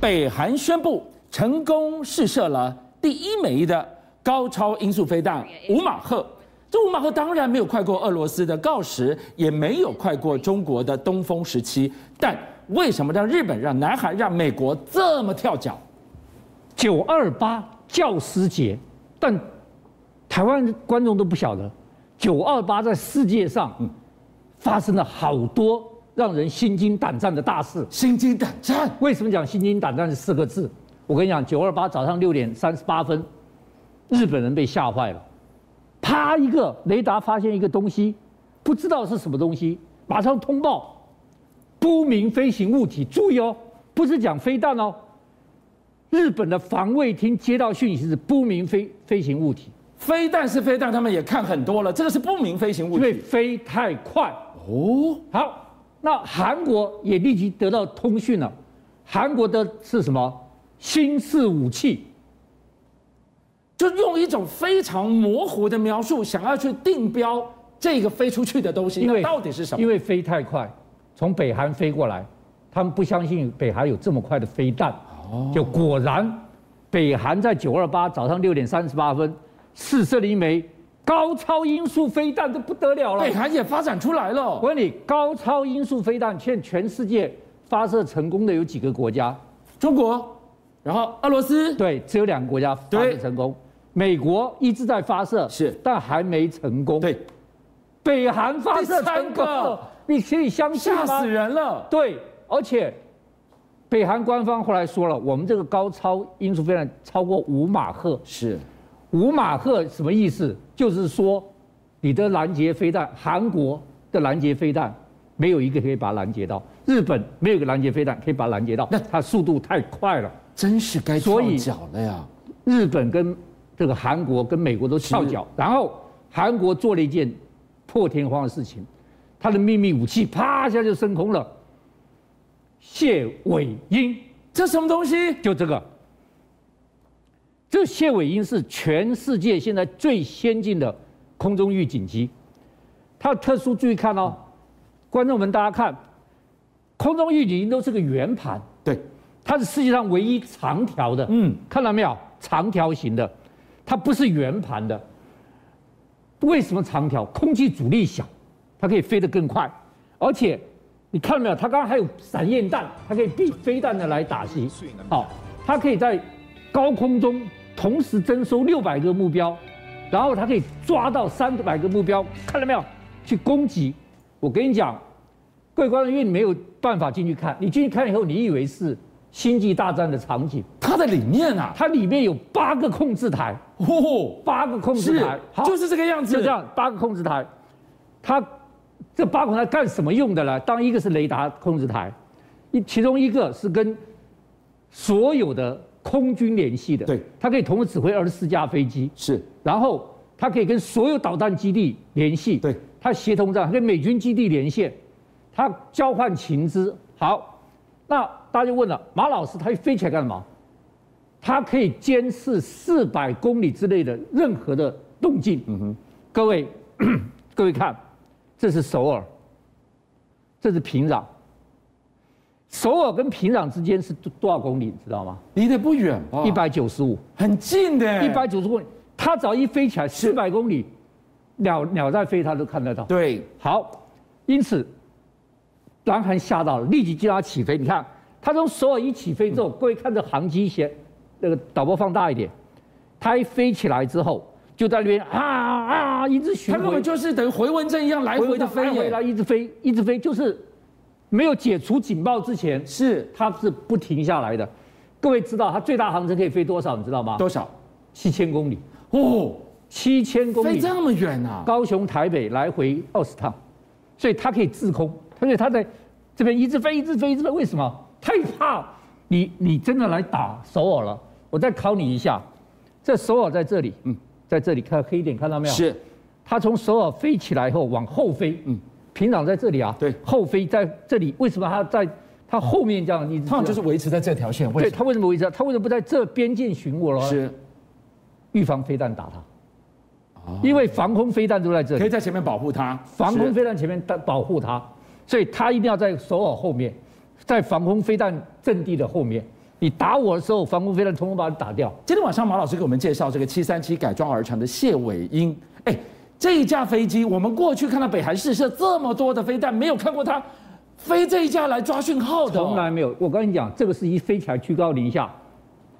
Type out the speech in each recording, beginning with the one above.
北韩宣布成功试射了第一枚的高超音速飞弹五马赫。这五马赫当然没有快过俄罗斯的锆石，也没有快过中国的东风十七，但为什么让日本、让南韩、让美国这么跳脚？九二八教师节，但台湾观众都不晓得，九二八在世界上发生了好多让人心惊胆战的大事。心惊胆战。为什么讲心惊胆战是四个字？我跟你讲，九二八早上六点三十八分，日本人被吓坏了，啪一个雷达发现一个东西，不知道是什么东西，马上通报，不明飞行物体，注意哦，不是讲飞弹哦。日本的防卫厅接到讯息是不明飞飞行物体，飞弹是飞弹，他们也看很多了，这个是不明飞行物因为体。飞太快，哦，好，那韩国也立即得到通讯了，韩国的是什么？新式武器，就用一种非常模糊的描述，想要去定标这个飞出去的东西，因为那到底是什么因？为飞太快，从北韩飞过来，他们不相信北韩有这么快的飞弹，哦就果然，北韩在九二八早上六点三十八分试射了一枚高超音速飞弹，这不得了了北。韩也发展出来了我，问你，高超音速飞弹现在全世界发射成功的有几个国家？中国，然后俄罗斯，对，只有两个国家发对射成功。美国一直在发射，是但还没成功。，对，北韩发射第三成个功，你可以相信吗？吓死人了。对，而且北韩官方后来说了，我们这个高超音速飞弹超过五马赫，是，五马赫什么意思？就是说，你的拦截飞弹，韩国的拦截飞弹没有一个可以把它拦截到，日本没有一个拦截飞弹可以把它拦截到，那它速度太快了。真是该所跳以脚了呀。日本跟这个韩国跟美国都跳脚，然后韩国做了一件破天荒的事情，他的秘密武器啪一下就升空了，谢伟英。这什么东西？就这个，这谢伟英是全世界现在最先进的空中预警机，它的特殊注意看哦，观众们大家看，空中预警机都是个圆盘，对，它是世界上唯一长条的，嗯，看到没有？长条形的，它不是圆盘的。为什么长条？空气阻力小，它可以飞得更快，而且你看到没有？它刚刚还有闪焰弹，它可以避飞弹的来打击。好，它可以在高空中同时征收六百个目标，然后它可以抓到三百个目标，看到没有？去攻击。我跟你讲，各位观众，因为你没有办法进去看，你进去看以后，你以为是《星际大战》的场景，它在里面啊。它里面有八个控制台，哦，八个控制是台，好，就是这个样子。就这样，八个控制台，它这八个控制台干什么用的呢？当一个是雷达控制台，一其中一个是跟所有的空军联系的，对，它可以同时指挥二十四架飞机，是然后它可以跟所有导弹基地联系，对，它协同战，它跟美军基地连线，它交换情资。好，那大家就问了，马老师他飞起来干嘛？它可以监视四百公里之内的任何的动静。嗯哼，各位， 各位看，这是首尔，这是平壤。首尔跟平壤之间是多多少公里，你知道吗？离得不远吧？一百九十五。很近的。一百九十公里，它只要一飞起来四百公里，鸟鸟在飞，它都看得到。对，好，因此，南韩吓到了，立即叫它起飞。你看，它从首尔一起飞嗯之后，各位看这航机先，那个导播放大一点，它一飞起来之后，就在那边啊啊，一直巡它回，根本就是等于回纹针一样来回的飞来回耶。来一直飞，一直飞，就是没有解除警报之前，是它是不停下来的。各位知道它最大航程可以飞多少？你知道吗？多少？七千公里。哦，七千公飞里，这么远啊！高雄、台北来回二十趟，所以它可以滞空，所以它在这边一直飞，一直飞，一直飞。为什么？太怕你，你真的来打首尔了。我再考你一下，这首尔在这里，嗯，在这里看黑一点，看到没有？，是它从首尔飞起来以后往后飞，嗯，平壤在这里啊，对后飞在这里，为什么它在它后面这样一直这他样？们就是维持在这条线，为对，什它为什么会这样？它为什么不在这边境巡逻了？么？是预防飞弹打它，因为防空飞弹都在这里可以。在前面保护它。防空是飞弹前面保护它，所以它一定要在首尔后面，在防空飞弹阵地的后面。你打我的时候，防空飞弹通通把你打掉。今天晚上马老师给我们介绍这个七三七改装而成的谢伟英，哎，这一架飞机我们过去看到北韩试射这么多的飞弹，没有看过它飞这一架来抓讯号的、哦从来没有。我跟你讲，这个是一飞起来居高临下，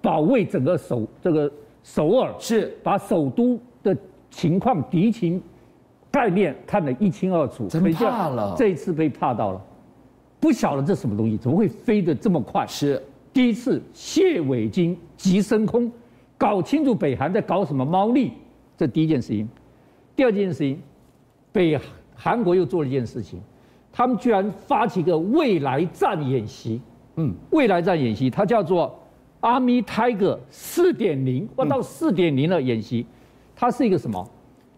保卫整个首这个首尔，是把首都的情况敌情概念看得一清二楚。真所以这样怕了这一次被怕到了，不晓得这什么东西，怎么会飞得这么快？是第一次谢伟京急升空，搞清楚北韩在搞什么猫腻，这第一件事情。第二件事情，北韩国又做了一件事情，他们居然发起一个未来战演习。嗯，未来战演习，它叫做 Army Tiger 四点嗯零，哇，到四点零了演习，它是一个什么？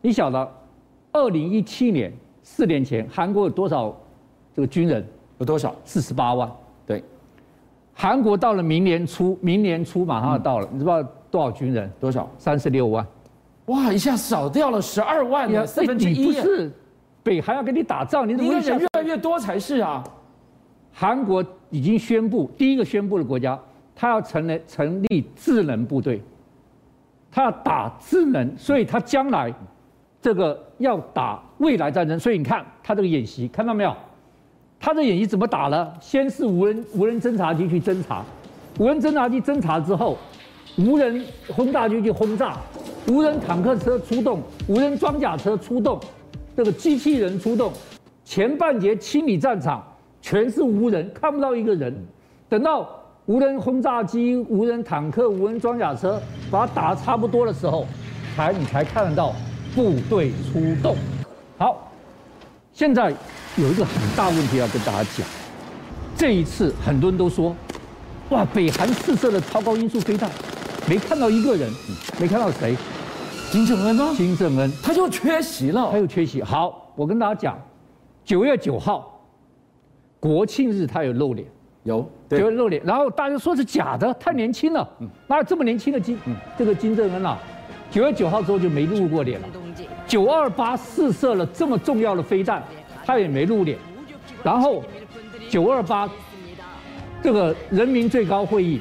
你晓得，二零一七年四年前，韩国有多少这个军人？有多少？四十八万。对，韩国到了明年初，明年初马嗯上要到了，你知道多少军人？多少？三十六万。哇，一下少掉了十二万呢，四哎分之你一不耶。是北韩要跟你打仗，你怎应么该会人想越？来越多才是啊。韩国已经宣布，第一个宣布的国家，他要成立成立智能部队，他要打智能，所以他将来这个要打未来战争。所以你看他这个演习，看到没有？他这演习怎么打呢？先是无人无人侦察机去侦察，无人侦察机侦察之后，无人轰炸机去轰炸，无人坦克车出动，无人装甲车出动，这个机器人出动，前半节清理战场全是无人，看不到一个人。等到无人轰炸机、无人坦克、无人装甲车把它打得差不多的时候，才你才看得到部队出动。好，现在有一个很大问题要跟大家讲，这一次很多人都说，哇，北韩试射了超高音速飞弹，没看到一个人，没看到谁，金正恩呢？啊金正恩他就缺席了他。又缺席。好，我跟大家讲，九月九号，国庆日他有露脸，有九月，露脸，然后大家说是假的，太年轻了，嗯哪有这么年轻的金这个金正恩啊？九月九号之后就没露过脸了。九二八试射了这么重要的飞弹，他也没露脸。然后九二八这个人民最高会议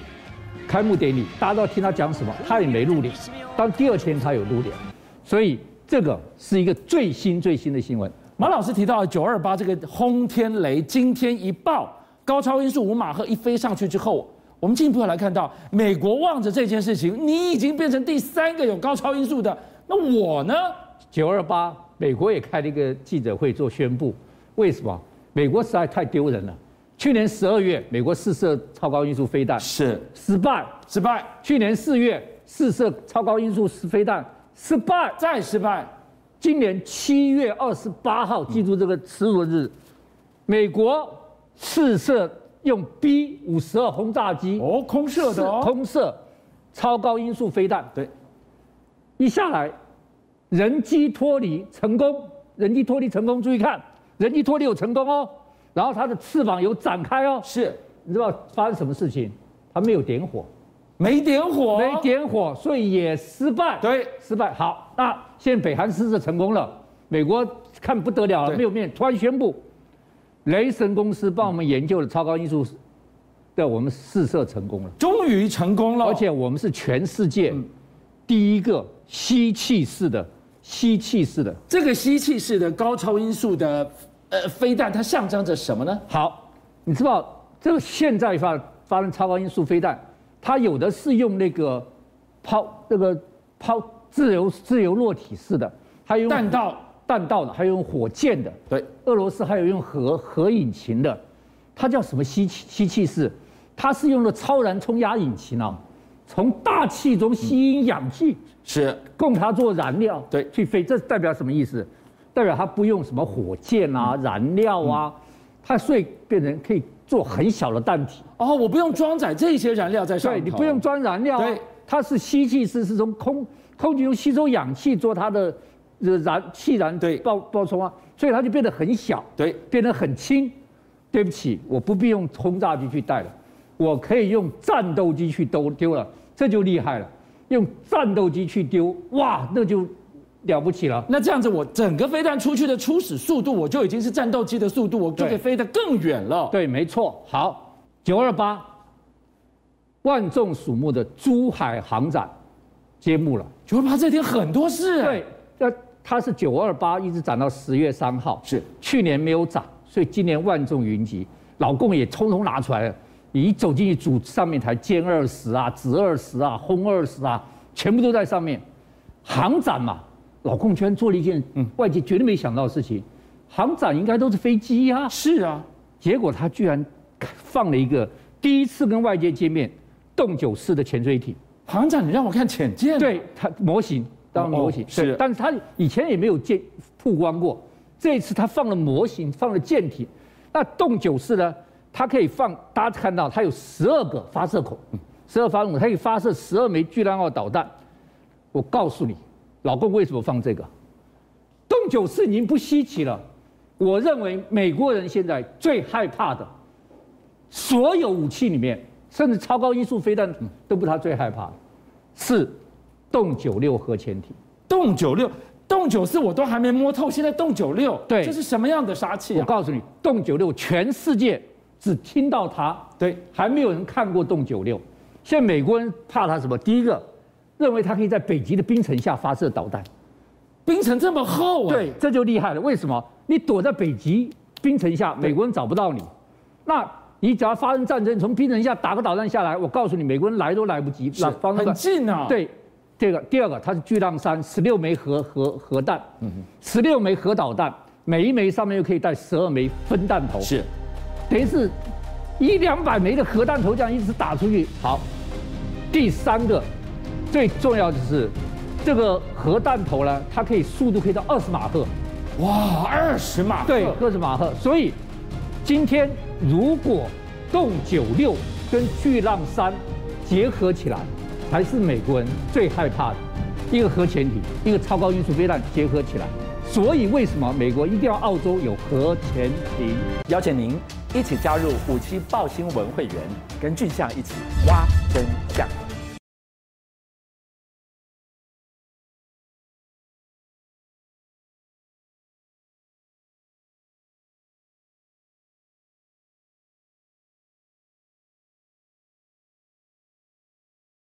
开幕典礼，大家都要听他讲什么，他也没露脸。但第二天他有露脸，所以这个是一个最新最新的新闻。马老师提到九二八这个轰天雷，今天一爆，高超音速五马赫一飞上去之后，我们进一步要来看到，美国望着这件事情，你已经变成第三个有高超音速的，那我呢？九二八，美国也开了一个记者会做宣布，为什么？美国实在太丢人了。去年十二月，美国试射超高音速飞弹是失败；失败，去年四月试射超高音速飞弹失败。再失败，今年七月二十八号，记住这个耻辱的日子，美国试射用 B 五十二轰炸机哦，空射的是哦，空射超高音速飞弹，对，一下来，人机脱离成功，人机脱离成功，注意看，人机脱离有成功哦，然后它的翅膀有展开哦，是你知道发生什么事情？它没有点火，没点火，没，点火，所以也失败。哦对，失败。好，那现在北韩试射成功了，美国看不得了了，对没有面，突然宣布，雷神公司帮我们研究了超高音速的，我们试射成功了，终于成功了，而且我们是全世界嗯第一个吸气式的吸气式的。这个吸气式的高超音速的呃飞弹，它象征着什么呢？好，你知道这个现在发发生超高音速飞弹，它有的是用那个抛那个抛自由自由落体式的，还有用弹道，弹道的，还有用火箭的，对，俄罗斯还有用核核引擎的，它叫什么吸气吸气式？它是用了超燃冲压引擎啊，从大气中吸引氧气，是供它做燃料，对去飞。这代表什么意思？代表它不用什么火箭啊、嗯燃料啊，它所以变成可以做很小的弹体。哦，我不用装载这些燃料在上对头，你不用装燃料、啊，对它是吸气式，是从空空气中吸收氧气做它的呃燃气燃对爆爆冲啊，所以它就变得很小，对，变得很轻。对不起，我不必用轰炸机去带了，我可以用战斗机去丢丢了，这就厉害了。用战斗机去丢，哇，那就了不起了。那这样子，我整个飞弹出去的初始速度，我就已经是战斗机的速度，我就可以对飞得更远了。对，没错。好，九二八，万众瞩目的珠海航展揭幕了。九二八这天很多事，对，，那它是九二八一直涨到十月三号，是去年没有涨，所以今年万众云集，老共也通通拿出来了。你一走进去，主上面台歼二十啊、直二十啊、轰二十啊，全部都在上面。航展嘛，老共居然做了一件外界绝对没想到的事情，航展应该都是飞机啊， 是啊，结果他居然放了一个第一次跟外界见面，动九式的潜水艇。行长，你让我看浅见，，对它模型，当然哦模型、是对但是它以前也没有见曝光过，这一次它放了模型，放了舰体。那动九式呢，它可以放，大家看到它有十二个发射孔，十二发射孔，它可以发射十二枚巨浪号导弹。我告诉你，老共为什么放这个？动九式已经不稀奇了，我认为美国人现在最害怕的，所有武器里面，甚至超高音速飞弹都不是他最害怕的。是动九六核潜艇。动九六、动九四我都还没摸透，现在动九六，对这是什么样的杀气我啊？告诉你，动九六全世界只听到它，对，还没有人看过动九六。现在美国人怕它什么？第一个，认为它可以在北极的冰层下发射导弹。冰层这么厚啊，对，，这就厉害了。为什么？你躲在北极冰层下，美国人找不到你。那你只要发生战争，从冰层下打个导弹下来，我告诉你，美国人来都来不及，是那方很近啊，，对，这个第二个，它是巨浪山十六枚核核核弹，嗯十六枚核导弹，每一枚上面又可以带十二枚分弹头，是等于是一两百枚的核弹头这样一直打出去。好，第三个最重要就是这个核弹头呢，它可以速度可以到二十马赫，哇，二十码，对，二十马赫。所以今天如果动九六跟巨浪三结合起来，才是美国人最害怕的一个核潜艇，一个超高音速飞弹结合起来。所以为什么美国一定要澳洲有核潜艇？邀请您一起加入五七报新闻会员，跟俊相一起挖真